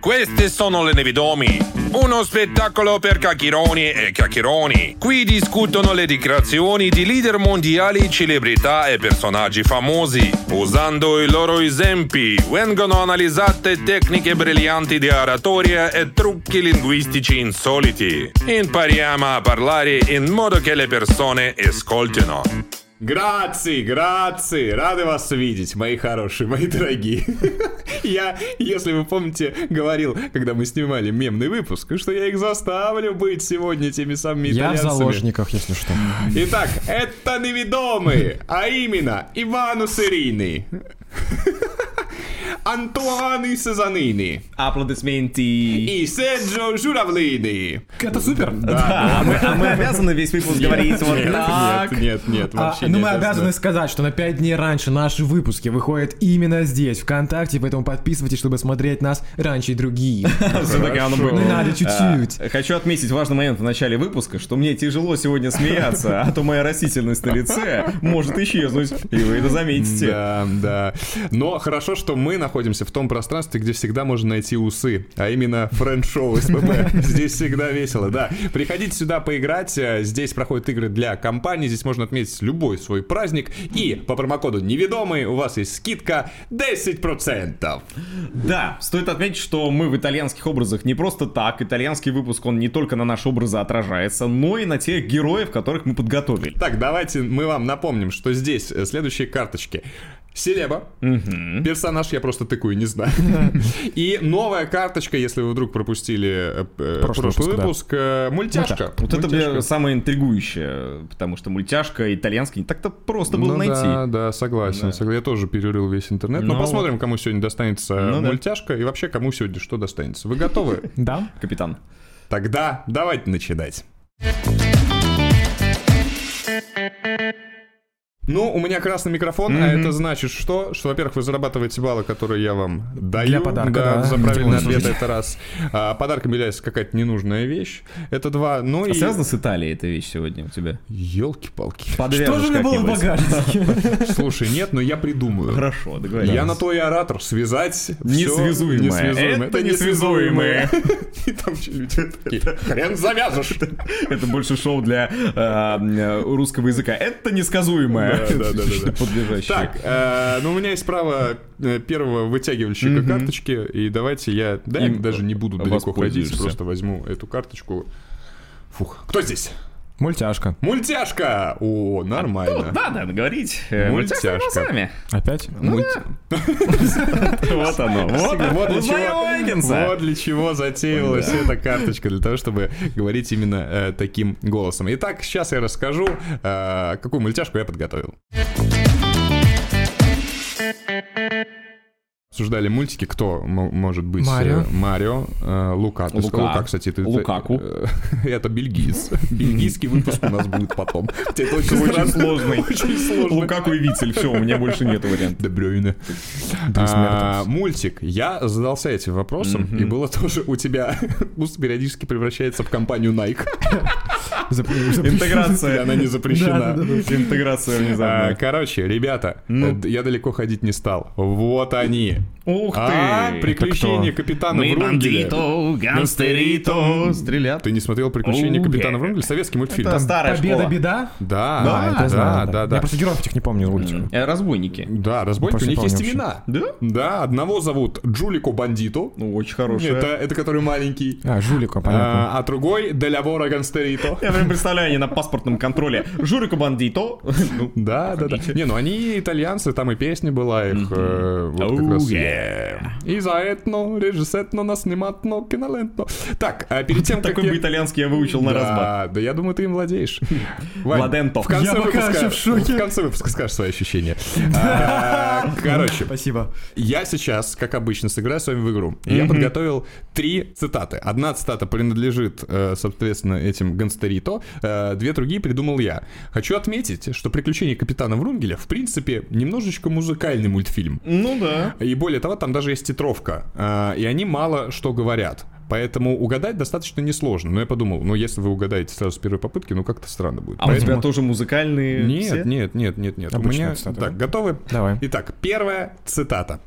Queste sono le Nevidomi. Uno spettacolo per cacchironi e cacchironi. Qui discutono le dichiarazioni di leader mondiali, celebrità e personaggi famosi. Usando i loro esempi, vengono analizzate tecniche brillanti di oratoria e trucchi linguistici insoliti. Impariamo a parlare in modo che le persone ascoltino. Грации, грации, рады вас видеть, мои хорошие, мои дорогие. Я, если вы помните, говорил, когда мы снимали мемный выпуск, что я их заставлю быть сегодня теми самыми Я в итальянцами. заложниках, если что. Итак, это неведомые, а именно Ивану Серийный. Антуаны Сезанини Аплодисменты. и Седжо Журавлини. Это супер. Да, А мы, а мы обязаны весь выпуск говорить вот нет, так? Нет, нет, нет, А, вообще ну, не мы обязаны обязаны. сказать, что на 5 дней раньше наши выпуски выходят именно здесь, ВКонтакте, поэтому подписывайтесь, чтобы смотреть нас раньше и другие. Всё-таки оно Хорошо. было. Не надо чуть-чуть. А, Хочу отметить важный момент в начале выпуска, что мне тяжело сегодня смеяться, а то моя растительность на лице может исчезнуть, и вы это заметите. Да, Эм, да. Но хорошо, что мы находимся в том пространстве, где всегда можно найти усы, а именно френд-шоу СПБ. Здесь всегда весело, да. Приходите сюда поиграть, э, здесь проходят игры для компании, здесь можно отметить любой свой праздник. И по промокоду «Неведомый» у вас есть скидка 10%. Да, стоит отметить, что мы в итальянских образах не просто так. Итальянский выпуск, он не только на наши образы отражается, но и на тех героев, которых мы подготовили. Так, давайте мы вам напомним, что здесь э, следующие карточки. Селеба. Персонаж я просто тыкую, не знаю. И новая карточка, если вы вдруг пропустили э, э, Прошлый прошлый выпуск, да. выпуск, э, мультяшка. Ну Вот это мне Мультяшка. самое интригующее, потому что мультяшка итальянский не так-то просто было Ну Да, найти. да, согласен, согла- Я тоже перерыл весь интернет. Но, Ну посмотрим, кому сегодня достанется Ну да. мультяшка и вообще кому сегодня что достанется. Вы готовы? Да? Капитан. Тогда давайте начинать. Ну, у меня красный микрофон, а это значит что? Что, во-первых, вы зарабатываете баллы, которые я вам даю. подарка, да, за не правильный может ответ быть. это раз. А, подарком является какая-то ненужная вещь. Это два. Ну А и... связана с Италией эта вещь сегодня у тебя? Елки-палки. Что Подвяжешь же мне было в как-нибудь. багажнике? Слушай, нет, но я придумаю. Хорошо, договорились. Я на то и оратор, связать Несвязуемое. несвязуемое. Это несвязуемое. И там еще люди такие, хрен завяжешь. Это больше шоу для э, э, русского языка. Это несказуемое. Да, да, да, да, да. Подлежащее. Так, э, ну у меня есть право э, первого вытягивальщика карточки, и давайте я, да, я Им даже не буду далеко ходить, воспользуешься. просто возьму эту карточку. Фух, кто здесь? Мультяшка. Мультяшка! О, нормально. Да, надо говорить. Э, Мультяшка. сами. Опять? Вот оно. Вот Всегда. вот для Узнаем чего, вот Эйгенса. для чего затеялась эта карточка, для того, чтобы говорить именно э, таким голосом. Итак, сейчас я расскажу, э, какую мультяшку я подготовил. Обсуждали мультики, кто м- может быть Марио. э, Марио, э, Лука. Ты сказал Лука. Лука, кстати, ты- Лукаку. э, Это бельгиец. Бельгийский выпуск у нас будет потом. Тебе это очень Очень страшно. сложный. Очень сложно. Лукаку и Вицель. Все, у меня больше нет вариантов. Де Брёйне. А, Мультик. Я задался этим вопросом, и было тоже у тебя Густ периодически превращается в компанию Nike. И Интеграция. она не запрещена. Интеграция А, внезапно. Короче, ребята, э, д- я далеко ходить не стал. Вот они. Ух А, ты! приключения капитана Врунгеля. гангстерито, стрелят. Ты не смотрел «Приключения Оу, капитана е. Врунгеля»? Советский мультфильм. Это Да, старая Победа, школа. беда? да, это я да, знаю, да, да. Я просто героев этих не помню улицу. Э, Разбойники. Да, разбойники, у них Пошли есть помню имена. Да? Да, одного зовут Джулико Бандито. Ну, очень Это, хорошая. это который маленький. А, жулика, понятно. А, а другой Делявора Ганстерито. Я прям представляю, они на паспортном контроле. Журику бандито. Ну, Да, да, да. Не, ну они итальянцы, там и песня была их. э, вот как Oh, раз. yeah. И за этно, режиссетно, насниматно, кинолентно. Так, а перед тем, как Такой я- бы итальянский я выучил на разбат. Да, да я думаю, ты им владеешь. Вань, Владенто. В конце Я пока выпуска- еще в шоке. В конце выпуска скажешь свои ощущения. А, Короче, Спасибо. я сейчас, как обычно, сыграю с вами в игру. Я подготовил три цитаты. Одна цитата принадлежит, э, соответственно, этим гангстерито, э, две другие придумал я. Хочу отметить, что «Приключения капитана Врунгеля» в принципе немножечко музыкальный мультфильм. Ну да. И более того, там даже есть титровка, э, и они мало что говорят. Поэтому угадать достаточно несложно. Но я подумал, ну если вы угадаете сразу с первой попытки, ну как-то странно будет. А у тебя тоже музыкальные все? Нет, нет, нет, нет, нет. У Обычная меня... цитата, Так, готовы? Давай. Итак, первая цитата.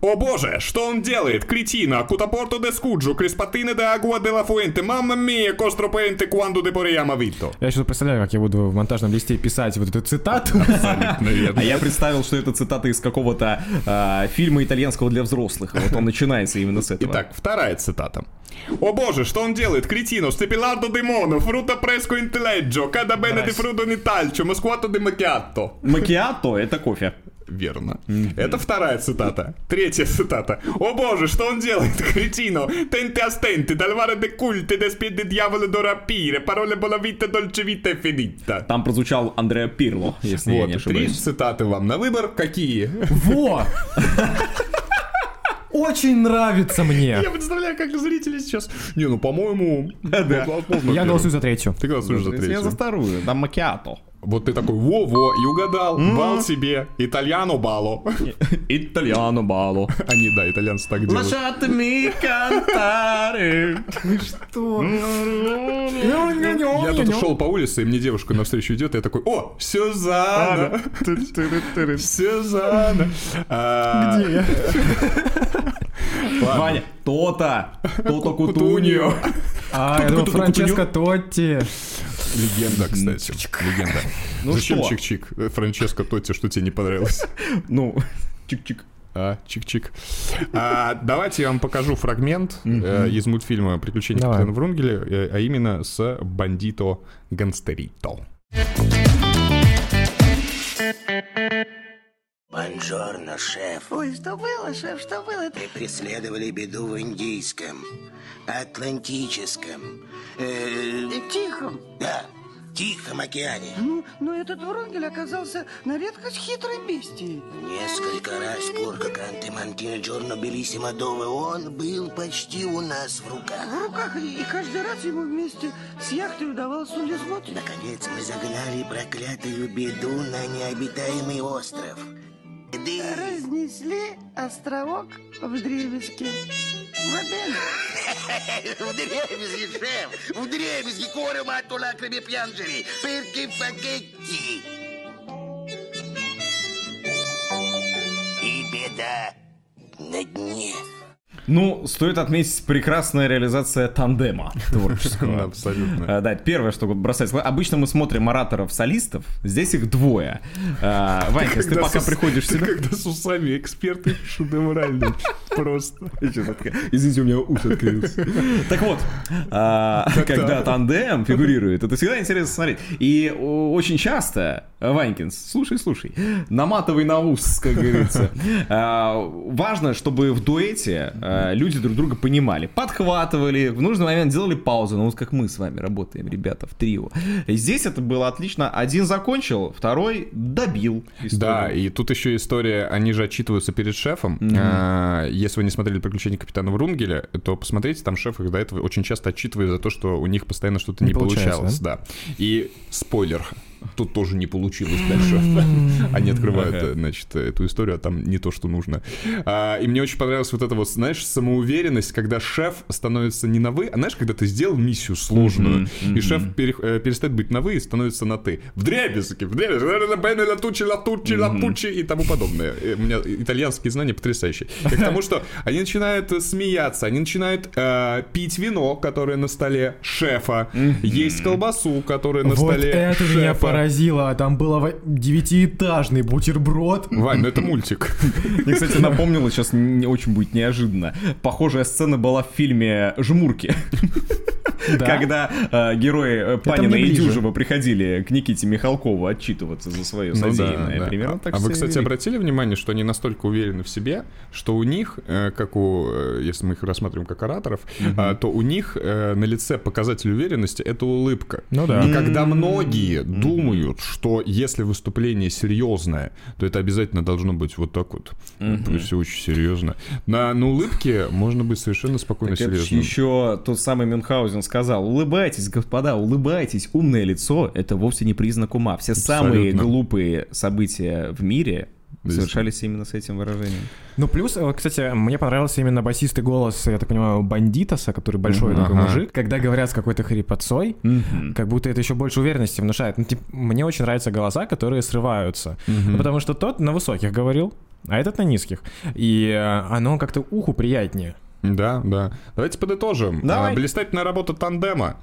«О боже, что он делает? Кретина, кутапорто де скуджу, криспатине де агуа де ла фуэнте, мамма мия, костропенте, куанду де порияма вито». Я сейчас представляю, как я буду в монтажном листе писать вот эту цитату. Ну, А я представил, что это цитата из какого-то а, фильма итальянского для взрослых. Вот он начинается именно с этого. Итак, вторая цитата. «О боже, что он делает? Кретино, степилардо де моно, фрута преско интелледжо, када бене де фрудо не тальчо, москвато де макиатто». Макиато — это кофе. Верно. Это вторая цитата. Третья цитата. О боже, что он делает, кретино? Тенте астенте, дальваре де культе, де спеде дьяволе до рапире, пароле болавита дольче вита федитта. Там прозвучал Андреа Пирло, если я не e Вот, три ошибаюсь. цитаты вам на выбор. Какие? Во! Очень нравится мне. Я представляю, как зрители сейчас... Не, ну, по-моему... ну, вот, возможно, Я первый. голосую за третью. Ты голосуешь за Я за третью. вторую. Там макиато. Вот ты такой, во-во, и угадал. Бал себе. Итальяно бало. Итальяно бало. Они, да, итальянцы так делают. Лошадьми кантары. Я тут шел по улице, и мне девушка навстречу идет, и я такой, о, Сюзанна, Сюзанна. А, Ваня, то-то. То-то Кутуньо. кутунью. А, это Кто-то Франческо Тотти. Легенда, кстати. Легенда. Ну Зачем что? чик-чик? Э, Франческо Тотти, что тебе не понравилось? Ну, чик-чик. А, чик-чик. А, давайте я вам покажу фрагмент э, из мультфильма «Приключения Давай. капитана Врунгеля», э, а именно с «Бандито Ганстерито». Бонжорно, шеф. Ой, что было, шеф, что было? Мы преследовали беду в Индийском, Атлантическом, э, Тихо. да, Тихом океане. Ну, но этот Врунгель оказался на редкость хитрой бестией. Несколько раз порка Кантемантино Джорно Белиссимо Дове, он был почти у нас в руках. В руках, и, и каждый раз ему вместе с яхтой удавалось улизнуть. Наконец мы загнали проклятую беду на необитаемый остров. Беды. Разнесли островок в дребезке. В обед. В дребезги, шеф, в дребезги, корю мату лакрами пьянджери, пырки пакетти. И беда на дне. Ну, стоит отметить прекрасная реализация тандема Да, творческого. Абсолютно. Э, Да, это первое, что бросать. Обычно мы смотрим ораторов-солистов, здесь их двое. Э, Ванька, если ты Когда пока с- приходишь ты сюда... когда с усами эксперты шедевральный. Просто. Извините, у меня уши открылись. Так вот, а, когда тандем фигурирует, это всегда интересно смотреть. И о, очень часто, Ванькинс, слушай, слушай, наматывай на ус, как говорится. А, Важно, чтобы в дуэте а, люди друг друга понимали, подхватывали, в нужный момент делали паузу, ну вот как мы с вами работаем, ребята, в трио. И здесь это было отлично. Один закончил, второй добил. Да, историю. и тут еще история, они же отчитываются перед шефом. А, Если вы не смотрели «Приключения капитана Врунгеля», то посмотрите, там шеф их до этого очень часто отчитывает за то, что у них постоянно что-то не, получается, получалось. Да. И спойлер, тут тоже не получилось дальше. Они открывают, э, значит, эту историю, а там не то, что нужно. А, И мне очень понравилась вот эта вот, знаешь, самоуверенность, когда шеф становится не на «вы», а знаешь, когда ты сделал миссию сложную, и шеф перех- э, перестает быть на «вы» и становится на «ты». В дребезги, в дребезги. Бене латучи, латучи, латучи и тому подобное. Э, У меня итальянские знания потрясающие. Я к тому, что они начинают э, смеяться, они начинают э, пить вино, которое на столе шефа, есть колбасу, которая на Вот столе это шефа. меня поразило. Там был во- девятиэтажный бутерброд. Вань, ну это мультик. Мне, кстати, напомнило, сейчас не очень будет неожиданно. Похожая сцена была в фильме «Жмурки». Когда э, герои э, Панина мне и ближе. Дюжева приходили к Никите Михалкову отчитываться за свое Ну да, содеянное. да. Примерно А- так а все вы, и кстати, вели. обратили внимание, что они настолько уверены в себе, что у них, э, как у, э, если мы их рассматриваем как ораторов, а, то у них э, на лице показатель уверенности это улыбка. Ну да. И когда многие думают, что если выступление серьезное, то это обязательно должно быть вот так вот, все очень серьезно. На, на улыбке можно быть совершенно спокойно Это ж серьезным. еще тот самый Мюнхгаузен сказал, улыбайтесь, господа, улыбайтесь, умное лицо – это вовсе не признак ума. Все самые Абсолютно. глупые события в мире совершались именно с этим выражением. Ну, плюс, э, кстати, мне понравился именно басист и голос, я так понимаю, бандитаса, который большой такой мужик, когда говорят с какой-то хрипотцой, как будто это еще больше уверенности внушает. Ну, типа, мне очень нравятся голоса, которые срываются. Ну, потому что тот на высоких говорил, а этот на низких. И э, оно как-то уху приятнее. Да, да. Давайте подытожим. Давай. А, Блистательная работа тандема.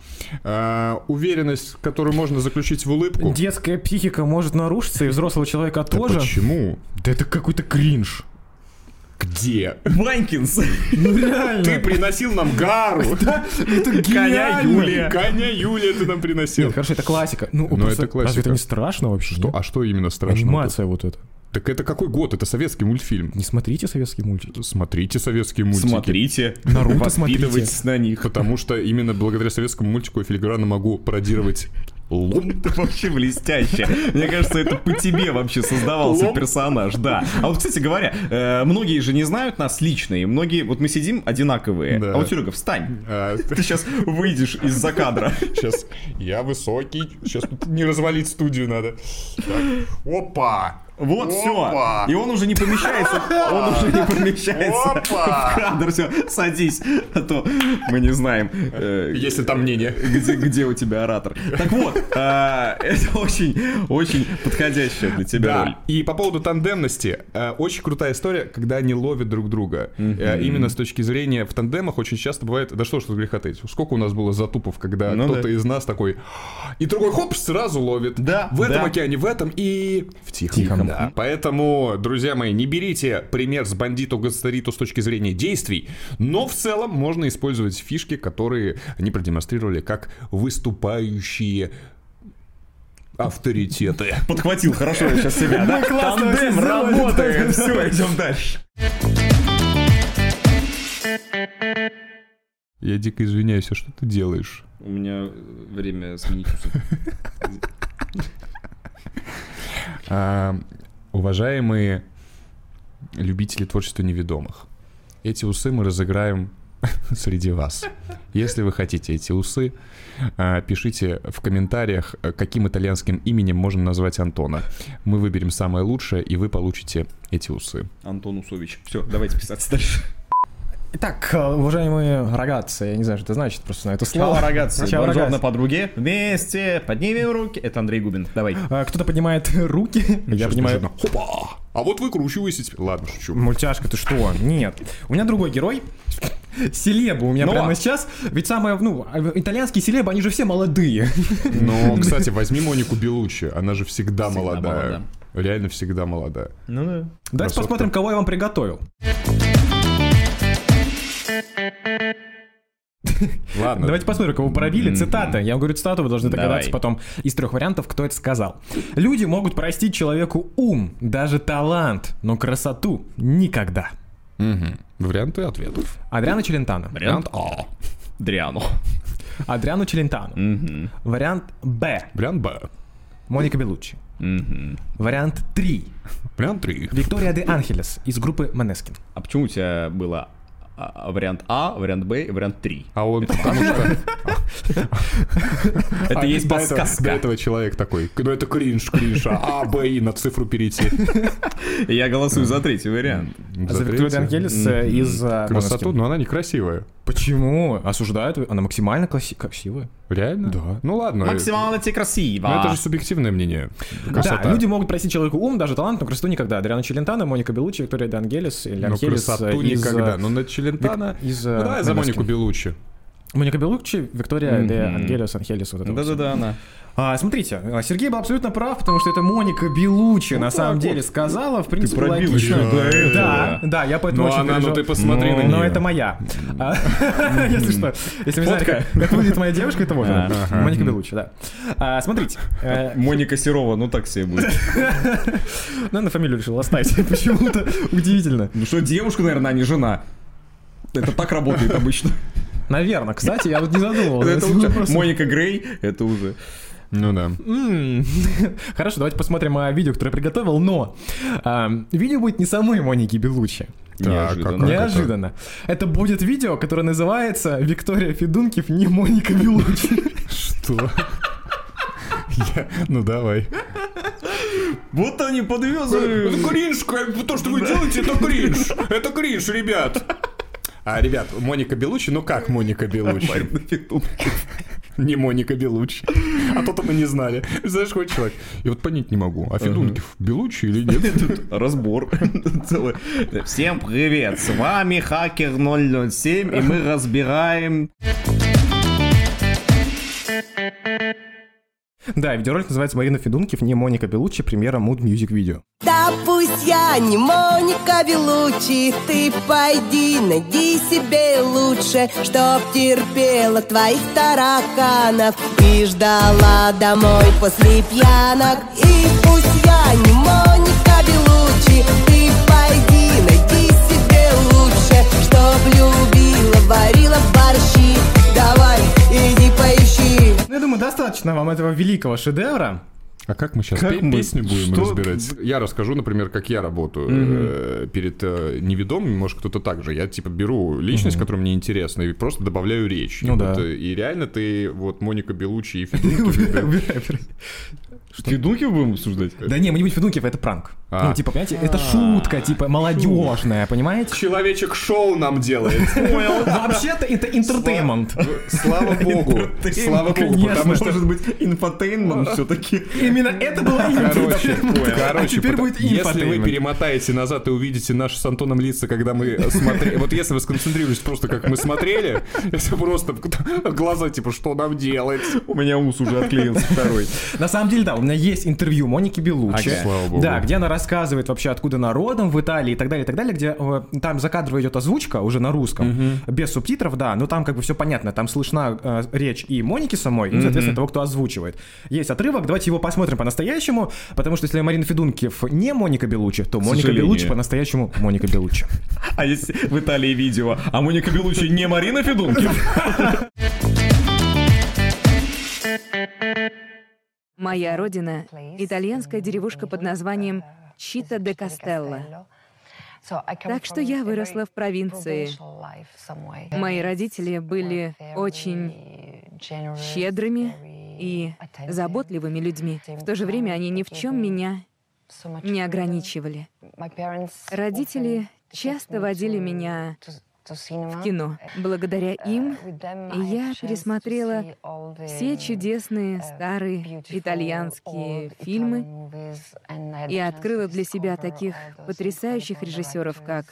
А, Уверенность, которую можно заключить в улыбку. Детская психика может нарушиться, и взрослого человека Да тоже. Почему? Да это какой-то кринж. Где? Ванькинс! Ну реально. Ты приносил нам Гару. это Коня гениально. Юлия. Коня Юлия ты нам приносил. Нет, хорошо, это классика. Ну, Но просто это классика. Разве это не страшно вообще? Что- нет? А что именно страшно? Анимация вот эта. Так это какой год? Это советский мультфильм. Не смотрите советские мультики. Смотрите советские мультики. Смотрите. Наруто Воспитывайтесь на них. Потому что именно благодаря советскому мультику я филигранно могу пародировать лом. Это вообще блестяще. Мне кажется, это по тебе вообще создавался Лом. персонаж, да. А вот, кстати говоря, э, многие же не знают нас лично, и многие, вот мы сидим одинаковые. Да. А вот, Серега, встань. Ты Сейчас сейчас выйдешь из-за кадра. я высокий. Сейчас не развалить студию надо. Так. Опа! Вот Опа! все. И он уже не помещается. Он уже не помещается Опа! в кадр. Все, садись, а то мы не знаем. э, Если там мнение. Где, где у тебя оратор? Так вот, э, это очень, очень подходящая для тебя роль. Да. И по поводу тандемности. э, Очень крутая история, когда они ловят друг друга. Э, Именно с точки зрения в тандемах очень часто бывает... Да что ж тут греха таить. Сколько у нас было затупов, когда Ну кто-то да. из нас такой... И другой хоп, сразу ловит. Да, В этом да. океане, в этом и... В тихом. Да. Поэтому, друзья мои, не берите пример с бандиту Гастариту с точки зрения действий. Но в целом можно использовать фишки, которые они продемонстрировали как выступающие авторитеты. Подхватил хорошо я сейчас себя, да? Тандем работает. Все, идем дальше. Я дико извиняюсь, а что ты делаешь? У меня время сменить А, уважаемые любители творчества неведомых, эти усы мы разыграем среди вас. Если вы хотите эти усы, а, пишите в комментариях, э, каким итальянским именем можно назвать Антона. Мы выберем самое лучшее, и вы получите эти усы. Антон Усович. Все, давайте писаться дальше. Итак, э, уважаемые рогатцы, я не знаю, что это значит просто на это слово. Слава рогатцы. Сначала Бонжур рогатцы. на подруге. Вместе. Поднимем руки. Это Андрей Губин. Давай. Э, Кто-то поднимает руки, я Сейчас поднимаю... пишут нам, Хопа! А вот выкручивайся теперь. Ладно, шучу. ну, Мультяшка, ты что? Нет. У меня другой герой. Селебы у меня Ну прямо ладно. сейчас. Ведь самое, ну, а, итальянские селебы, они же все молодые. Но, Ну, кстати, возьми Монику Белучи. Она же всегда, Всегда молодая. молода. Реально всегда молодая. Ну да. Давайте Красотка. посмотрим, кого я вам приготовил. Ладно. Давайте посмотрим, кого пробили. Цитата. Я вам говорю цитату, вы должны догадаться Давай. потом из трех вариантов, кто это сказал. Люди могут простить человеку ум, даже талант, но красоту никогда. Варианты ответов. Адриано Челентано. Вариант А. Дриану. Адриано Челентано. Вариант Б. Вариант Б. Моника Белуччи. Вариант 3. Вариант 3. Виктория де Анхелес из группы Манескин. А почему у тебя было а, вариант А, вариант Б и вариант 3? А он потому что... Это а, есть до этого- До подсказка. этого человек такой. Ну это кринж, кринж. А, А, Б и на цифру перейти. Я голосую за третий вариант. За Викторию де Анхелес э, из э, Красоту, Måneskin. но она некрасивая. Почему? Осуждают? Она максимально класси- красивая. Реально? Да. Ну ладно. Максимально тебе красиво. Ну, это же субъективное мнение. Да, Красота. люди могут просить человеку ум, даже талант, но красоту никогда. Адриана Челентано, Моника Белучи, Виктория де Анхелес или Но Анхелес Ну, красоту из, никогда. э, Ну на Челентана... из, Ну э, давай за Måneskin. Монику Белучи. Моника Белучи, Виктория де Анхелес, Анхелес, вот это вот всё. Да-да-да, она. А, смотрите, а, Сергей был абсолютно прав, потому что это Моника Белучи на самом Ну, так деле вот. сказала, в принципе, пробил логично. ещё до этого. Да, да, я поэтому Ну очень она, ну переживал. ты посмотри на Но нее. это моя. А, Если что. Если вы не знаете, как как выглядит моя девушка, это вот. она. Моника Белучи, да. А, Смотрите. э, Моника Серова, ну так себе будет. Ну, на фамилию решила оставить. Почему-то удивительно. Ну что, девушка, наверное, а не жена. Это так работает обычно. Наверное, кстати, я вот не задумывался. Ну, Это уже Моника Грей, это уже. Ну да. М, Хорошо, давайте посмотрим а, видео, которое я приготовил, но а, видео будет не самой Моники Белучи. Неожиданно. как это? Неожиданно. Это будет видео, которое называется «Виктория Федункив не Моника Белучи». Что? Я- Ну давай. Вот они подвезли. Это кринж, как- то, что вы делаете, это кринж. Это кринж, ребят. А, ребят, Моника Белучи, ну как Моника Белучи? Не Моника Белучи. А то-то мы не знали. Знаешь, хоть человек. Я вот понять не могу, а Федункив Белучи или нет? Разбор. Целый. Всем привет, с вами Хакер 007, и мы разбираем... Да, видеоролик называется «Марина Федункив, не Моника Белуччи, премьера Mood Music Video». Да пусть я не Моника Белучи, ты пойди найди себе лучше, чтоб терпела твоих тараканов и ждала домой после пьянок. И пусть я не Моника Белучи, ты пойди найди себе лучше, чтоб любила, варила борщи. Давай, иди поищи. Ну, я думаю, достаточно вам этого великого шедевра. А как мы сейчас Как мы- песню будем что- разбирать? Я расскажу, например, как я работаю. Э, Перед э, неведомым, может, кто-то так же. Я, типа, беру личность, которая мне интересна, и просто добавляю речь. И Ну вот, да. э, И реально ты, вот, Моника Белучи и Федункив. Федукив будем обсуждать? Да не, мы не будем Федункив, это пранк. А. Ну, типа, понимаете, это шутка, типа, молодежная, понимаете? Человечек шоу нам делает. Вообще-то это интертеймент. Слава богу. Слава богу, конечно. потому что... быть, инфотейнмент все-таки. Именно это было Короче, понял. интертеймент. А Короче, теперь пота- будет если вы инфотеймент. перемотаете назад и увидите наши с Антоном лица, когда мы смотрели... Вот если вы сконцентрировались просто, как мы смотрели, это просто глаза, типа, что нам делать? У меня ус уже отклеился второй. На самом деле, да, у меня есть интервью Моники Белуччи. Ага. Слава богу. Да, где она рассказывает вообще, откуда народом в Италии и так далее, и так далее, где э, там за кадрово идет озвучка уже на русском, без субтитров, да, но там как бы все понятно, там слышна э, речь и Моники самой, и, соответственно, того, кто озвучивает. Есть отрывок, давайте его посмотрим по-настоящему, потому что если Марина Федункив не Моника Белуччи, то Моника сожалению. Белуччи по-настоящему Моника Белуччи. А есть в Италии видео. А Моника Белучи не Марина Федункив. Моя родина – итальянская деревушка под названием Чита де Кастелло. Так что я выросла в провинции. Мои родители были очень щедрыми и заботливыми людьми. В то же время они ни в чем меня не ограничивали. Родители часто водили меня в в кино. Благодаря им я пересмотрела все чудесные старые итальянские фильмы и открыла для себя таких uh, потрясающих режиссеров, как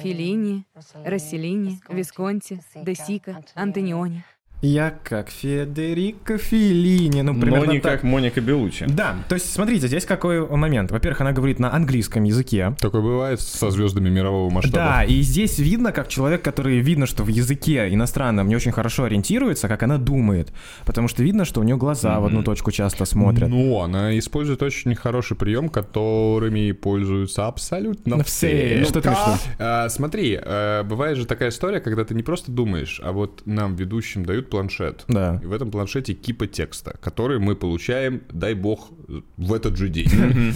Филини, Феллини, Расселини, Висконти, Де Сика, Антониони. Я как Федерико Филини, ну, примерно так. Моника Белучи. Да, то есть смотрите, здесь какой момент. Во-первых, она говорит на английском языке. Такое бывает со звездами мирового масштаба. Да, и здесь видно, как человек, который видно, что в языке иностранном не очень хорошо ориентируется, как она думает. Потому что видно, что у нее глаза в одну точку часто смотрят. Ну, она использует очень хороший прием, которыми пользуются абсолютно все. Ну, все. Ну Что ты имеешь в виду? А, смотри, э, бывает же такая история, когда ты не просто думаешь, а вот нам, ведущим, дают планшет. Да. И в этом планшете кипа текста, который мы получаем, дай бог, в этот же день.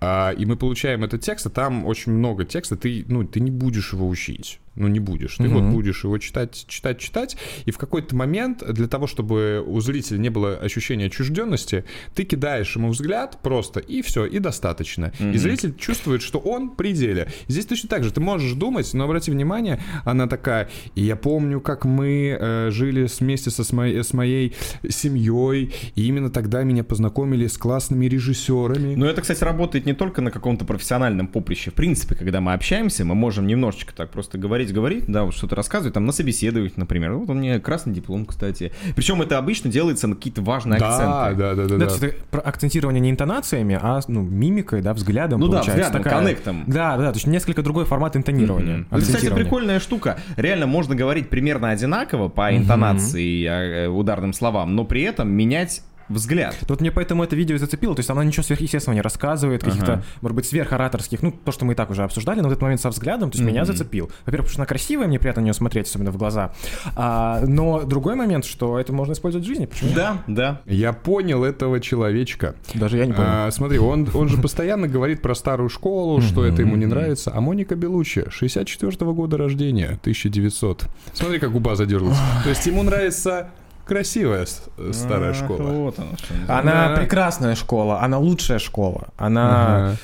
А, И мы получаем этот текст, а там очень много текста, ты, ну, ты не будешь его учить. Ну, не будешь. Ты вот будешь его читать, читать, читать, и в какой-то момент, для того, чтобы у зрителя не было ощущения отчужденности, ты кидаешь ему взгляд просто, и все, и достаточно. И зритель чувствует, что он в пределе. Здесь точно так же. Ты можешь думать, но обрати внимание, она такая, и я помню, как мы э, жили с- вместе со с моей, с моей семьей, и именно тогда меня познакомили с классными режиссерами. Но это, кстати, работает не только на каком-то профессиональном поприще. В принципе, когда мы общаемся, мы можем немножечко так просто говорить, говорить, да, вот что-то рассказывать, там, на собеседовать, например. Вот у меня красный диплом, кстати. Причем это обычно делается на какие-то важные Да, акценты. да, да, да, Да, да. то есть это про акцентирование не интонациями, а ну, мимикой, да, взглядом Ну да, получается. взглядом, коннектом. Да, да, то есть несколько другой формат интонирования. Это, кстати, акцентирования. прикольная штука. Реально можно говорить примерно одинаково по интонации и э, ударным словам, но при этом менять взгляд. Вот мне поэтому это видео и зацепило, то есть она ничего сверхъестественного не рассказывает, каких-то, может быть, сверхораторских, ну, то, что мы и так уже обсуждали, но вот этот момент со взглядом, то есть меня зацепил. Во-первых, потому что она красивая, мне приятно на нее смотреть, особенно в глаза. А, но другой момент, что это можно использовать в жизни, почему? нет? Да, да. Я понял этого человечка. Даже я не понял. А, смотри, он, он же постоянно говорит про старую школу, что это ему не нравится. А Моника Белуччи, 64 года рождения, 1900. Смотри, как губа задергалась. То есть ему нравится Красивая с- э, старая Ах, школа. Вот оно что. А, Она Да. прекрасная школа, она лучшая школа, она... Ага.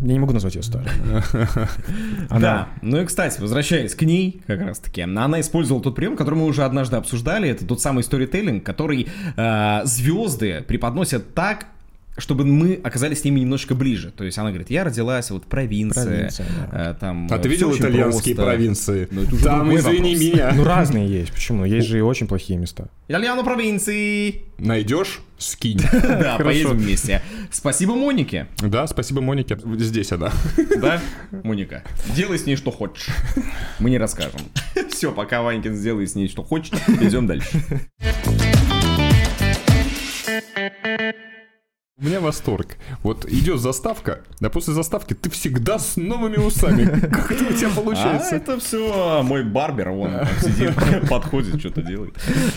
Я не могу назвать ее старой. А, Да. Ну и, кстати, возвращаясь к ней, как раз-таки, она использовала тот прием, который мы уже однажды обсуждали. Это тот самый сторителлинг, который э, звезды преподносят так, чтобы мы оказались с ними немножко ближе. То есть она говорит, я родилась вот в провинции. Провинция, э, там, А э, ты видел всё очень итальянские просто. провинции? Ну, это уже Там, другой извини вопрос. меня. Ну разные есть, почему? Есть же и очень плохие места. Итальяно провинции! Найдешь, скинь. Ну. Да, поедем вместе. Спасибо Монике. Да, спасибо Монике. Здесь она. Да, Моника? Делай с ней что хочешь. Мы не расскажем. Все, пока Ванькин сделай с ней что хочешь. Идем дальше. У меня восторг. Вот идет заставка, а после заставки ты всегда с новыми усами. Как это у тебя А получается? это все мой барбер, он там сидит, подходит, что-то делает.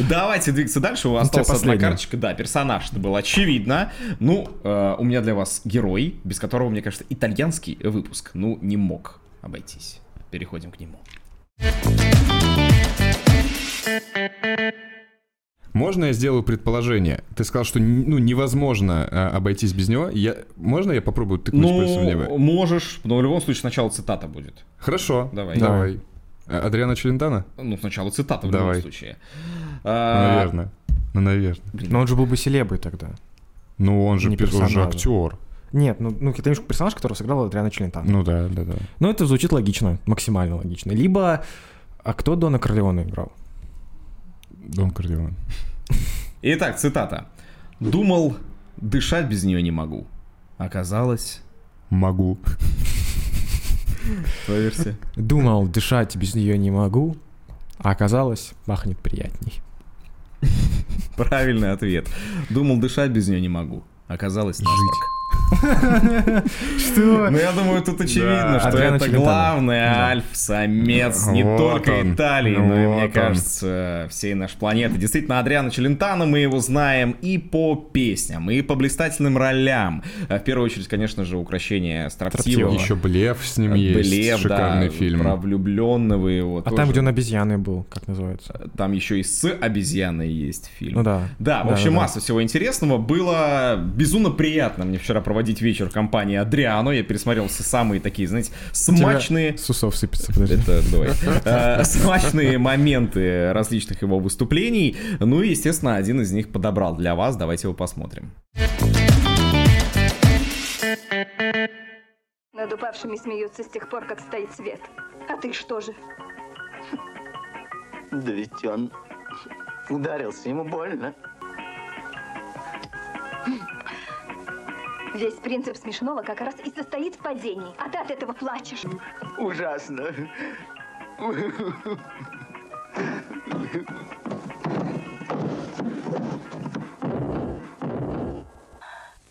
Давайте двигаться дальше. У вас тебя осталась одна последняя. карточка. Да, персонаж, это было очевидно. Ну, э, у меня для вас герой, без которого, мне кажется, итальянский выпуск, ну, не мог обойтись. Переходим к нему. Можно я сделаю предположение? Ты сказал, что н- ну, невозможно а, обойтись без него. Я... Можно я попробую тыкнуть пальцем в небо? Ну, можешь, но в любом случае сначала цитата будет. Хорошо. Давай. Давай. А, Адриана Челентана? Ну, сначала цитата в Давай. любом случае. А, Наверное. Ну, наверное. Но он же был бы селебой тогда. Ну, он же, Не пер- он же персонажа. актер. Нет, ну, ну это персонаж, которого сыграл Адриана Челентано. Ну да, да, да. Ну это звучит логично, максимально логично. Либо... А кто Дона Корлеона играл? Дон Кардион. Итак, цитата. «Думал, дышать без нее не могу. Оказалось...» Могу. Твоя версия? Думал, дышать без нее не могу, а оказалось, пахнет приятней. Правильный ответ. «Думал, дышать без нее не могу. Оказалось, насморк». Что? Ну, я думаю, тут очевидно, что Адриано это Челентано. главный альф-самец не Вот только он. Италии, но и, Вот мне он. кажется, всей нашей планеты. Действительно, Адриано Челентано мы его знаем и по песням, и по блистательным ролям. А В первую очередь, конечно же, украшение Строптивого. Ну, Еще Блеф с ним есть. Блеф, Шикарный да, фильм. про влюбленного его. А там, где он обезьяны был, как называется? Там еще и с обезьяной есть фильм. Ну да. Да, в Да, общем, да, да. масса всего интересного. Было безумно приятно мне вчера проводить вечер в компании Адриано. Я пересмотрел все самые такие, знаете, смачные... С усов сыпется, подожди. Это давай. Э, Смачные моменты различных его выступлений. Ну и, естественно, один из них подобрал для вас. Давайте его посмотрим. Над упавшими смеются с тех пор, как стоит свет. А ты что же? Да ведь он ударился, ему больно. Весь принцип смешного как раз и состоит в падении. А ты от этого плачешь. Ужасно.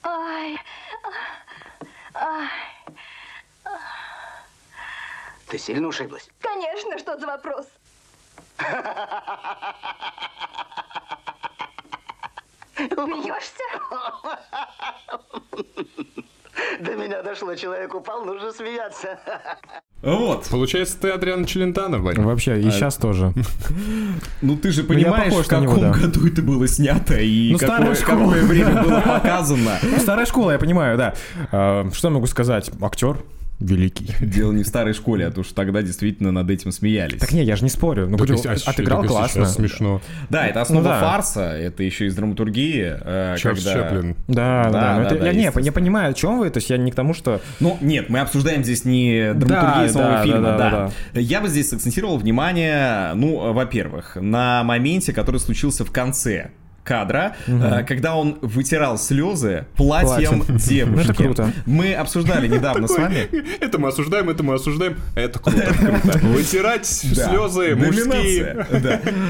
Ай, Ты сильно ушиблась? конечно, что за вопрос? Смеешься? До меня дошло, человек упал, нужно смеяться. Вот. Получается, ты Адриана Челентана, Вань. Вообще, и сейчас тоже. Ну ты же я понимаешь, похож в на каком него, да. году это было снято и Ну, какое, старая школа. какое время было показано. Старая школа, я понимаю, да. А, Что я могу сказать? Актер великий. Дело не в старой школе, а то что тогда действительно над этим смеялись. Так не, я же не спорю. Ну, Так и говорю, с- а с- отыграл так и сейчас классно. смешно. Да, это основа Ну да. фарса, это еще из драматургии. э, Чарльз когда- Чаплин. Да, да, Да, да. ну да, это- да, я, не, естественно. я понимаю, о чем вы. То есть я не к тому, что... Ну, нет, мы обсуждаем здесь не драматургию Да, самого да, фильма, да, да, да, Я бы здесь акцентировал внимание, ну, э, во-первых, на моменте, который случился в конце кадра, э, когда он вытирал слезы платьем, Платьем. девушки. Ну, это круто. Мы обсуждали недавно с вами. Это мы осуждаем, это мы осуждаем. а Это круто. круто. Вытирать Да. слезы мужские. Доминация,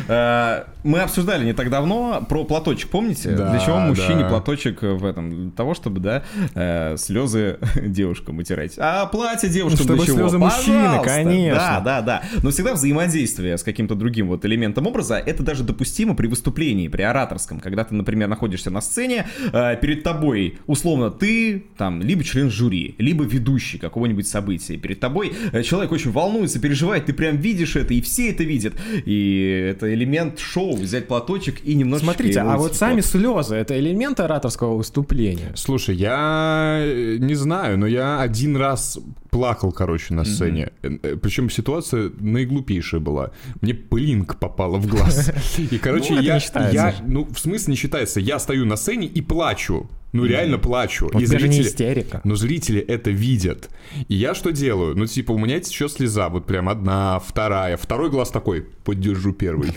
да. Э, Мы обсуждали не так давно про платочек, помните? Да, Для чего мужчине да. платочек в этом? Для того, чтобы, да, э, слезы девушкам утирать. А платье девушкам Чтобы для чего? слезы мужчины, Пожалуйста. конечно. Да, да, да. Но всегда взаимодействие с каким-то другим вот элементом образа, это даже допустимо при выступлении, при ораторстве. актерском, когда ты, например, находишься на сцене, э, перед тобой, условно, ты там либо член жюри, либо ведущий какого-нибудь события, перед тобой э, человек очень волнуется, переживает, ты прям видишь это, и все это видят, и это элемент шоу, взять платочек и немножечко... Смотрите, его а вот тепло. сами слезы это элемент ораторского выступления. Слушай, я э, не знаю, но я один раз плакал, короче, на сцене. Причем ситуация наиглупейшая была. Мне пылинка попала в глаз. И, короче, Ну, это я, не считается я- же. ну, в смысле не считается. Я стою на сцене и плачу. Ну, реально плачу. Вот И даже не зрители- истерика. но зрители это видят. И я что делаю? Ну, типа, у меня еще слеза. Вот прям одна, вторая. Второй глаз такой. Поддержу первый.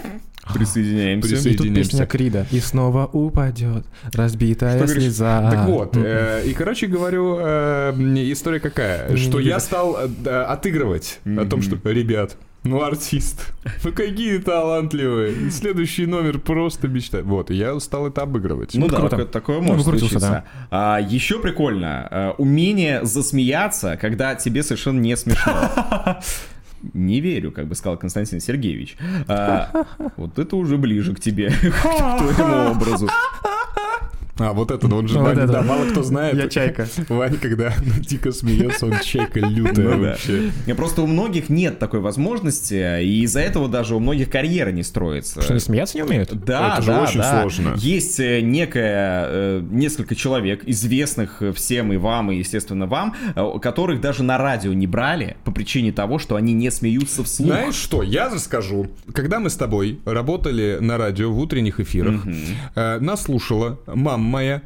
Присоединяемся. И тут песня Присоединимся. Крида. И снова упадет разбитая слеза. Так вот, э, и, короче, говорю, э, мне история какая, что я стал э, да, отыгрывать о том, что, ребят, ну артист, ну какие талантливые, следующий номер просто мечта. Вот, и я стал это обыгрывать. Ну да, круто. такое- такое Ну, может выкрутился, случиться. А, еще прикольно, э, умение засмеяться, когда тебе совершенно не смешно. Не верю, как бы сказал Константин Сергеевич. А, вот это уже ближе к тебе, к твоему образу. А вот это, вот же, Вот Ваня, это. да, мало кто знает. Я чайка. Вань, когда ну, дико смеется, он чайка лютая Ну да. вообще. И Просто у многих нет такой возможности, и из-за этого даже у многих карьера не строится. Что, они смеяться не умеют? Да, Это же да, очень да. сложно. Есть э, некое, э, несколько человек, известных э, всем и вам, и, естественно, вам, э, которых даже на радио не брали по причине того, что они не смеются вслух. Знаешь что, я расскажу. Когда мы с тобой работали на радио в утренних эфирах, э, нас слушала мама моя,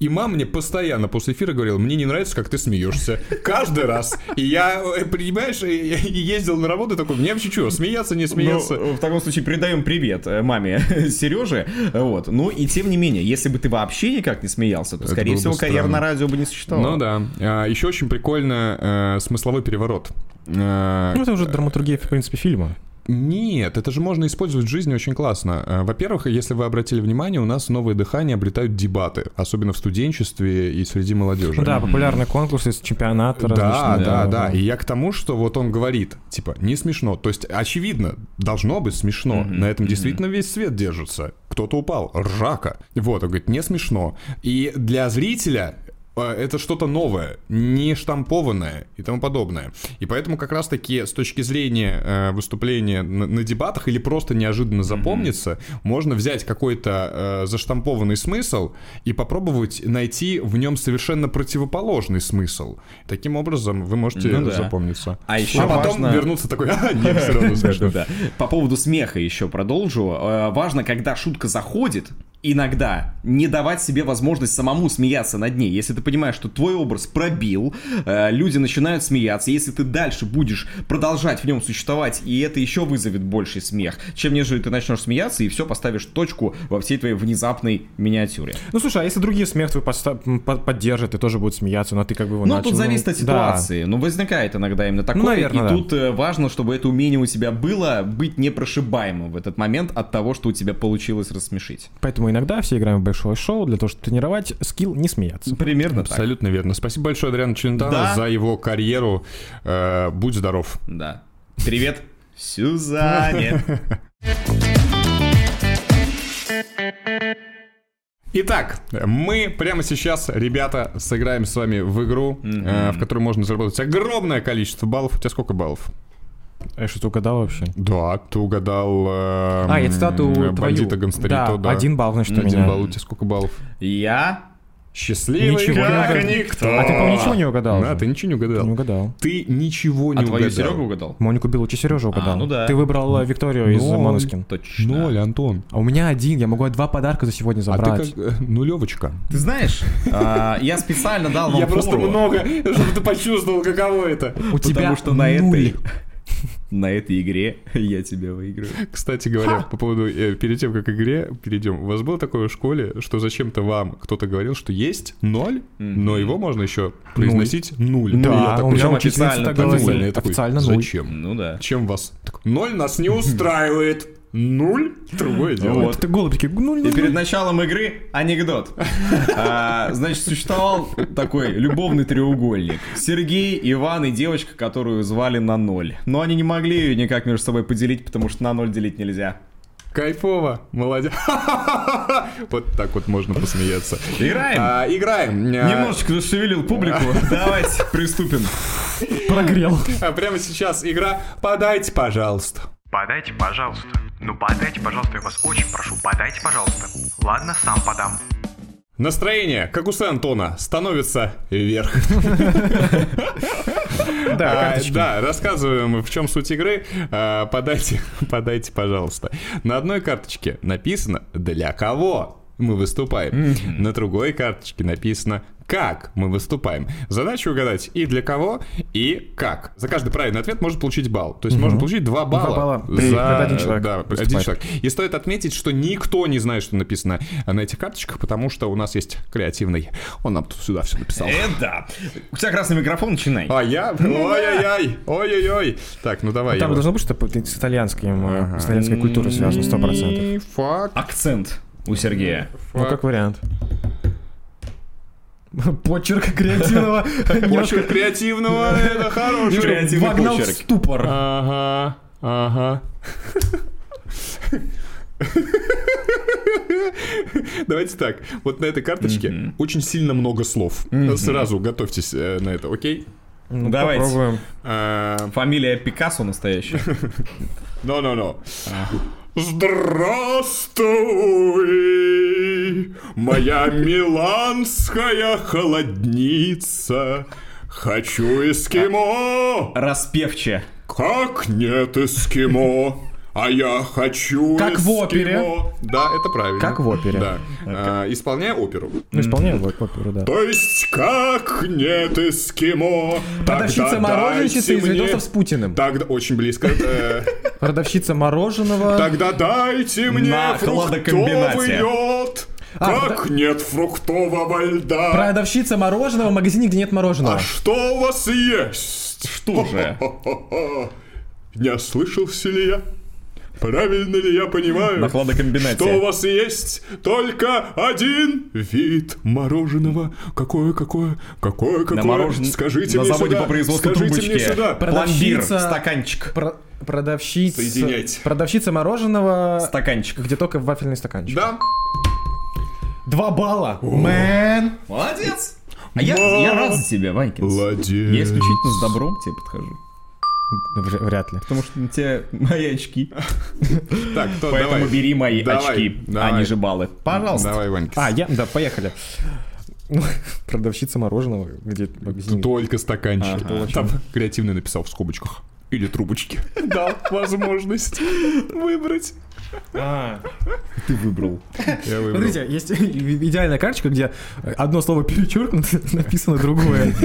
и мама мне постоянно после эфира говорила, мне не нравится, как ты смеешься. Каждый раз. И я, э, понимаешь, э, я ездил на работу и такой, мне вообще что, смеяться, не смеяться? Ну, в таком случае передаем привет э, маме Сереже. Вот. Ну и тем не менее, если бы ты вообще никак не смеялся, то, Это было скорее бы всего, карьера странно. на радио бы не существовала. Ну да. еще очень прикольно э, смысловой переворот. Э, Ну, это уже драматургия, в принципе, фильма. Нет, это же можно использовать в жизни очень классно. Э, Во-первых, если вы обратили внимание, у нас новое дыхание обретают дебаты, особенно в студенчестве и среди молодежи. Ну да, популярный конкурс из чемпионата Да, различные. да, да. И я к тому, что вот он говорит, типа, не смешно. То есть, очевидно, должно быть смешно. На этом действительно весь свет держится. Кто-то упал, ржака. Вот, он говорит, не смешно. И для зрителя э, это что-то новое, не штампованное и тому подобное. И поэтому как раз-таки с точки зрения э, выступления на, на дебатах или просто неожиданно запомнится, можно взять какой-то э, заштампованный смысл и попробовать найти в нем совершенно противоположный смысл. Таким образом вы можете Ну да. запомниться. А еще потом важно- вернуться такой, а, нет, все равно смешно». Да. По поводу смеха еще продолжу. Э, Важно, когда шутка заходит, иногда не давать себе возможность самому смеяться над ней. Если ты понимаешь, что твой образ пробил, э, люди начинают смеяться. Если ты дальше будешь продолжать в нем существовать, и это еще вызовет больший смех, чем нежели ты начнешь смеяться и все поставишь точку во всей твоей внезапной миниатюре. Ну слушай, а если другие смех твой подста- м, по- поддержат, и тоже будут смеяться, но ты как бы его Ну, начал, тут зависит ну, от да. ситуации. Но возникает иногда именно такое. наверное, и да. тут э, важно, чтобы это умение у тебя было быть непрошибаемым в этот момент от того, что у тебя получилось рассмешить. Поэтому иногда все играем в большое шоу для того, чтобы тренировать скилл не смеяться. Примерно так. Абсолютно верно. Спасибо большое Адриану Челентано Да. за его карьеру. Э, будь здоров. Да. Привет, Сюзанне. Итак, мы прямо сейчас, ребята, сыграем с вами в игру, э, в которой можно заработать огромное количество баллов. У тебя сколько баллов? А я что-то угадал вообще. Да, ты угадал... э, А, я цитату твою. Бандита Гонсторито, да. один балл, значит, у Один меня. балл. У тебя сколько баллов? Я Счастливый, Ничего не как угадал. никто. А ты, по-моему, ничего не угадал Да, же. ты ничего не угадал. Не угадал. Ты ничего не А твою угадал. Серега угадал? Монику Белучи Сережа угадал. ну да. Ну, Ты выбрал э, Викторию из Ноль. Манускин. Точно. Ноль, Антон. А у меня один, я могу два подарка за сегодня А забрать. ты как э, нулевочка. Ты знаешь, а, я специально дал вам фору, чтобы ты почувствовал, каково это. У тебя потому что на нуль. этой... На этой игре я тебя выиграю. Кстати говоря, по поводу, э, перед тем, как к игре перейдем, у вас было такое в школе, что зачем-то вам кто-то говорил, что есть ноль, но его можно еще произносить нуль. Да, И я такой, у меня причем учительница официально так там «Ноль». говорила. Я такой, Официально нуль. Зачем? Ну да. Чем вас? Так, Ноль нас не устраивает. Нуль? Другое дело. Вот. Вот ты голубики, ну, И ну, перед началом игры анекдот. А, значит, существовал такой любовный треугольник. Сергей, Иван и девочка, которую звали на ноль. Но они не могли ее никак между собой поделить, потому что на ноль делить нельзя. Кайфово, молодец. Вот так вот можно посмеяться. Играем? А, играем. А, Немножечко зашевелил публику. Давайте приступим. Прогрел. а прямо сейчас игра «Подайте, пожалуйста». Подайте, пожалуйста. Ну подайте, пожалуйста, я вас очень прошу, подайте, пожалуйста. Ладно, сам подам. Настроение, как у Антона, становится вверх. Да, А, Да, рассказываем, в чем суть игры. А, Подайте, подайте, пожалуйста. На одной карточке написано «Для кого?» мы выступаем. На другой карточке написано как мы выступаем. Задача угадать и для кого, и как. За каждый правильный ответ можно получить балл. То есть можно получить два балла. балла. При- за- когда один человек да, один человек. И стоит отметить, что никто не знает, что написано на этих карточках, потому что у нас есть креативный. Он нам тут сюда все написал. Э, да. У тебя красный микрофон, начинай. А я? Ой-ой-ой, ой-ой-ой. Так, ну давай. Там Ева. должно быть что-то с итальянским, э, с итальянской культурой связано, сто процентов. И факт. Акцент у Сергея. Ну, как вариант. Почерк креативного. немножко Почерк креативного, это хороший. Креативный Вогнал в почерк. ступор. Ага, ага. Давайте так, вот на этой карточке очень сильно много слов. Сразу готовьтесь э, на это, окей? Ну, Давайте. Попробуем. А, Фамилия Пикассо настоящая. No, no, no. Здравствуй, моя миланская холодница. Хочу эскимо, Распевче. как нет эскимо. А я хочу Как в эскимо. опере. Да, это правильно. Как в опере. Да. А, исполняя оперу. Ну, исполняем вот оперу, да. То есть, как нет эскимо, Продавщица мороженщица из видосов с Путиным. Тогда очень близко. э, Продавщица мороженого. Тогда дайте мне На фруктовый хладокомбинате. лед. А, как нет фруктового льда? Продавщица мороженого в магазине, где нет мороженого. А что у вас есть? Что же? Хо-хо-хо. Не ослышался ли я? Правильно ли я понимаю? На хладокомбинате. Что у вас есть? Только один вид мороженого. Какое, какое, какое, какое? морожен- Скажите на мне заводе сюда. по производству Скажите мне трубочки. сюда. Пломбир, Продавщица- стаканчик. Про- Продавщица. Соединяйте. Продавщица мороженого. Стаканчик. Где только вафельный стаканчик. Да. Два балла. Мэн. Молодец! А я, я рад за тебя, Ванькин. Я Молодец. исключительно с добром к тебе подхожу. Вр- ну, Вряд ли. Потому что у тебя мои очки. Так, кто, Поэтому давай. бери мои Давай, очки, давай. они же баллы. Пожалуйста. Давай, Ванька. А, я, да, поехали. Ну, Продавщица мороженого, где в магазине. Только стаканчик. Там креативный написал в скобочках. Или трубочки. Дал возможность выбрать. А. Ты выбрал. Я выбрал. Смотрите, Ну, есть и- идеальная карточка, где одно слово перечеркнуто, написано другое.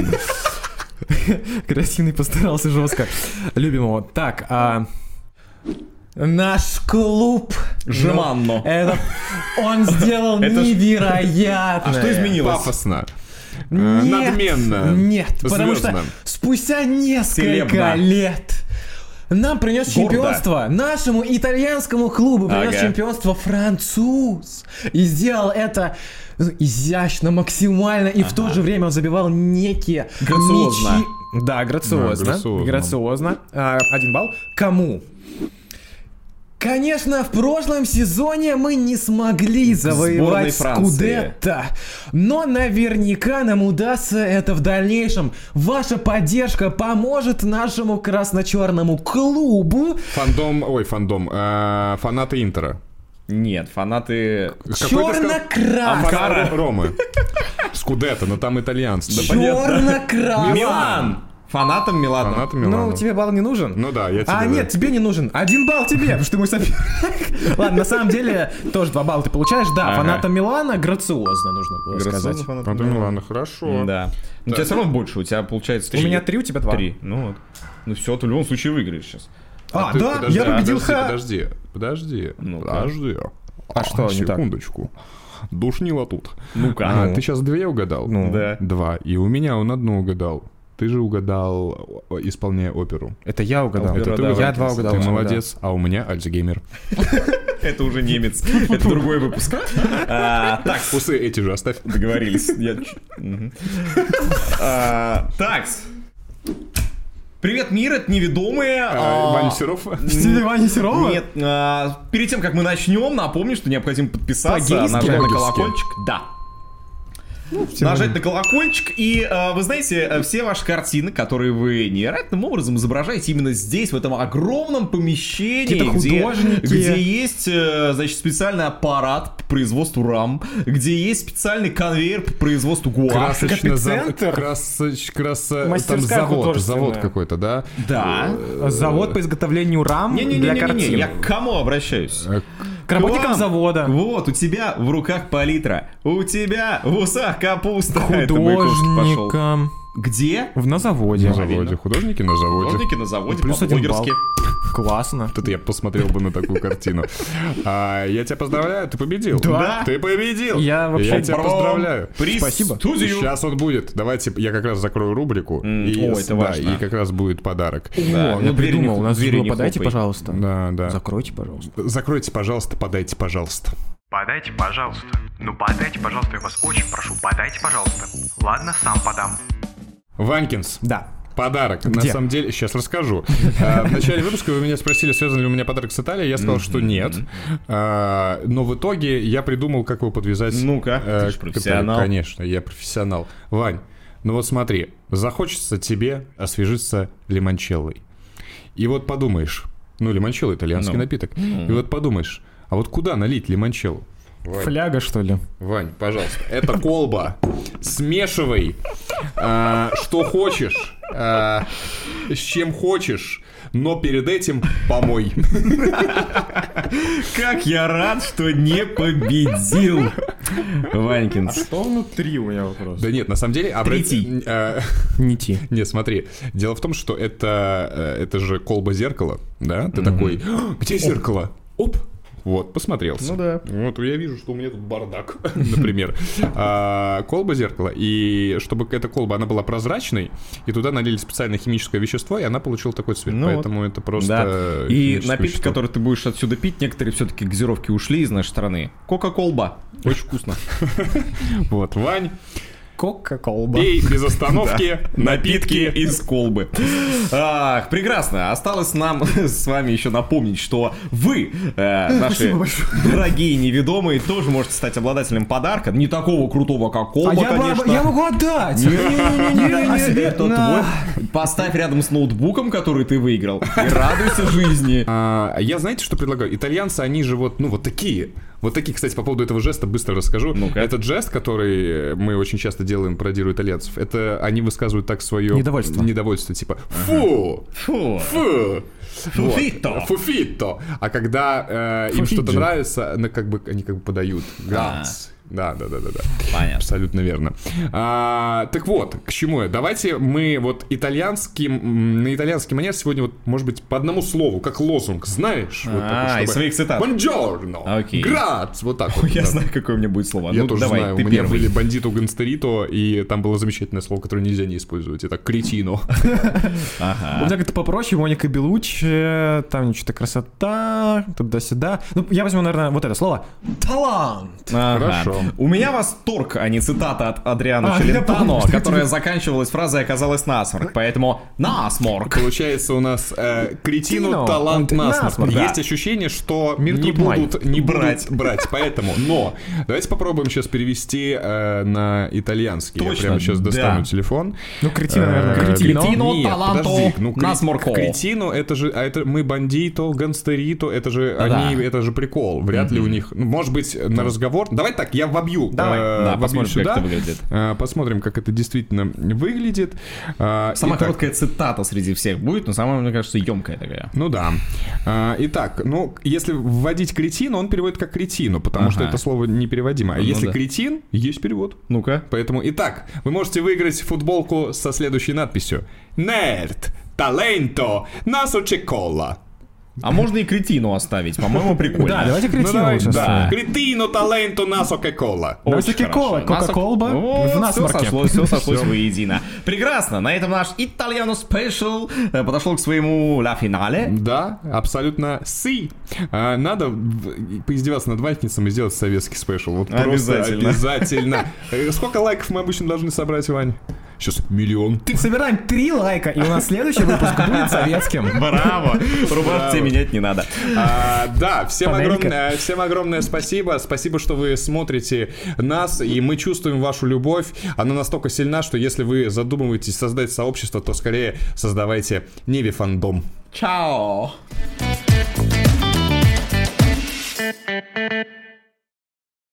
Красивый постарался жестко. Любимого. Так, а... Наш клуб. Жеманно. Ну, Это... Он сделал Это ж- невероятно. А что изменилось? Пафосно. Э, Нет, Надменно. Нет, потому что Звездно. спустя несколько Целебно. лет нам принес Гордо. чемпионство нашему итальянскому клубу, принес Ага. чемпионство француз. И сделал это изящно, максимально, и в то же время он забивал некие Грациозно. мячи. Да, грациозно. Да, грациозно. грациозно. А, один балл. Кому? Конечно, в прошлом сезоне мы не смогли завоевать Франции. Скудетто, но наверняка нам удастся это в дальнейшем. Ваша поддержка поможет нашему красно-черному клубу. Фандом, ой, фандом. э, Фанаты Интера. Нет, фанаты... Какой ты сказал? А, Черно-красный. фанаты Ромы. Скудетто, но там итальянцы. Черно-красный. Милан! Фанатом Милана. Фанаты Ну, Милана. тебе балл не нужен? Ну да, я тебе... А, нет, тебе не нужен. Один балл тебе, потому что ты мой соперник. Ладно, на самом деле, тоже два балла ты получаешь. Да, Ага. фанатам Милана грациозно нужно было Грациозно сказать. фанатом Фанаты Милана, хорошо. Да. Но у тебя все равно больше, у тебя получается У три. меня три, у тебя два. Три. Ну вот. Ну все, ты в любом случае выиграешь сейчас. А, Ты да, подожди, я победил подожди, Ха. Подожди, подожди, Ну-ка. подожди. А что не так? Секундочку. Душнило тут. Ну-ка. А, Ну. ты сейчас две угадал? Ну. Да. Два. И у меня он одну угадал. Ты же угадал, о- исполняя оперу. Это я угадал. Это ты я угадал. два угадал. Ты да. молодец, а у меня альцгеймер. Это уже немец. Это другой выпуск. А, Так, Усы эти же оставь. договорились. Я чуть- мгм. А, Такс. Привет, мир, это неведомые. А, Ваня Серов? м, Стиле Вани Серова? Нет, а, перед тем, как мы начнем, напомню, что необходимо подписаться, По-гейски? нажать на По-гейски. колокольчик. Да. Ну, Нажать на колокольчик, и а, вы знаете, э, все ваши картины, которые вы невероятным образом изображаете именно здесь, в этом огромном помещении, Какие-то где, художники. где есть, э, значит, специальный аппарат по производству рам, где есть специальный конвейер по производству гуаши. Красочно зав... Копицентр? красоч- краса- Там Мастерская завод, художественная. завод какой-то, да? Да. э, Завод по изготовлению рам для Не-не-не, картин. я к кому обращаюсь? К работникам вам. завода. Вот, у тебя в руках палитра, у тебя в усах капуста. Э, Это Маяковский пошел. Художникам. Где? В- На заводе. На заводе. Художники на заводе. Художники на заводе Плюс один балл. по-блогерски. Классно. Вот это я посмотрел бы на такую картину. А, я тебя поздравляю, ты победил. Да. Ты победил. Я вообще тебя Бро, поздравляю. приз Спасибо. в студию. Сейчас он будет. Давайте я как раз закрою рубрику. М, и, о, с- это да, важно. и как раз будет подарок. Да, О, ну, я двери придумал. не- У нас двери было не подайте, хлопай. пожалуйста. Да, да. Закройте, пожалуйста. Закройте, пожалуйста, подайте, пожалуйста. Подайте, пожалуйста. Ну подайте, пожалуйста, я вас очень прошу, подайте, пожалуйста. Ладно, сам подам. Ванкинс. Да. Подарок. На Где? самом деле, сейчас расскажу. А, В начале выпуска вы меня спросили, связан ли у меня подарок с Италией. Я сказал, что нет. А, Но в итоге я придумал, как его подвязать. Ну-ка, э, ты ж к профессионал. Италии. Конечно, я профессионал. Вань, ну вот смотри, захочется тебе освежиться лимончеллой. И вот подумаешь, ну лимончелло итальянский Ну. напиток. И вот подумаешь, а вот куда налить лимончеллу? Фляга, что ли? Вань, пожалуйста, это колба. Смешивай, а, что хочешь, а, с чем хочешь, но перед этим помой. Как я рад, что не победил. Ванькинс. Что внутри у меня вопрос? Да нет, на самом деле... обрати- Третий. а, Нити. Не, смотри, дело в том, что это, э, это же колба зеркала, да? Ты такой, «А, где зеркало? Оп! Вот, посмотрелся. Ну да. Вот я вижу, что у меня тут бардак, например. А, Колба зеркала. И чтобы эта колба, она была прозрачной, и туда налили специальное химическое вещество, и она получила такой цвет. Ну вот. Поэтому это Да. просто... И химическое напитки, вещество. которые ты будешь отсюда пить, некоторые все-таки газировки ушли из нашей страны. Кока-колба. Очень вкусно. Вот, Вань, Кока-колба. пей без остановки напитки и... из колбы. Ах, прекрасно. Осталось нам с вами еще напомнить, что вы, э, наши дорогие неведомые, тоже можете стать обладателем подарка. Не такого крутого, как колба, А я, бы- конечно. я могу отдать! Не-не-не-не-не, А себе- это на. твой. Поставь рядом с ноутбуком, который ты выиграл, и радуйся жизни. А, я знаете, что предлагаю? Итальянцы, они же вот, ну, вот такие. Вот такие, кстати, по поводу этого жеста быстро расскажу. Ну-ка. Этот жест, который э, мы очень часто делаем, пародируя итальянцев, это они высказывают так свое... Недовольство. Недовольство, типа «фу», Фу. «фу», вот, Фуфито. «фуфито». А когда э, им Фуфиджи. что-то нравится, ну, как бы, они как бы подают. «Ганс». Да, да, да, да, да. Понятно. Абсолютно верно. А, так вот, к чему я? Давайте мы вот итальянским, м, на итальянский манер сегодня вот, может быть, по одному слову, как лозунг, знаешь? вот А, такой, из своих цитат. «Бонджорно», Окей. «Грац», вот так вот. Я да. знаю, какое у меня будет слово. Я Ну, тоже давай, знаю, ты у меня первый. были бандиту Ганстерито, и там было замечательное слово, которое нельзя не использовать. Это кретино. А. У меня как-то попроще, Моника Белучи, там что-то красота, туда-сюда. Ну, я возьму, наверное, вот это слово. Талант! Ага. Хорошо. У меня восторг, а не цитата от Адриана А, я Челентано, помню, что которая тебе- заканчивалась фразой «оказалось насморк», поэтому «насморк». Получается у нас э, кретину Кретино, талант он- насморк. насморк, да. Есть ощущение, что Мир не тут май. будут не Брать. брать, брать, поэтому. Но давайте попробуем сейчас перевести э, на итальянский. Я Точно, прямо сейчас да. достану телефон. Ну, кретина, наверное. Э, Кретино. Кретино, Нет, таланто, подожди, ну, кре- насморко. Кретино, это же, а это мы бандито, гангстерито, это же Да. они, это же прикол. Вряд ли у них, ну, может быть, на разговор. Давай так, я вобью. Давай. э, Да, вобью посмотрим, как сюда. это выглядит. Э, Посмотрим, как это действительно выглядит. Э, Самая итак, короткая цитата среди всех будет, но самая, мне кажется, емкая такая. Ну да. А, Итак, ну, если вводить кретин, он переводит как кретину, потому Ага. что это слово непереводимо. А Ну если да. кретин, есть перевод. Ну-ка. Поэтому, итак, вы можете выиграть футболку со следующей надписью. Нерд, таленто, насо чекола. А можно и кретину оставить, по-моему, прикольно. Да, давайте Ну, кретину давай, лучше да. оставим. Кретино, таленто, насо кекола. Очень Давайте хорошо. кока-кола, Насморк. кока-колба Вот, в насморке. Все сошлось, все сошлось воедино. Прекрасно. На этом наш Итальяно Спешл э, подошел к своему ля финале. Да, абсолютно си. А, Надо в- поиздеваться над Ванькинцем и сделать советский спешл. Вот просто Обязательно. обязательно. Э, Сколько лайков мы обычно должны собрать, Вань? сейчас миллион. Собираем три лайка, и у нас следующий выпуск будет советским. Браво! Рубашки менять не надо. А, да, всем огромное, всем огромное спасибо. Спасибо, что вы смотрите нас, и мы чувствуем вашу любовь. Она настолько сильна, что если вы задумываетесь создать сообщество, то скорее создавайте Неви фандом. Чао!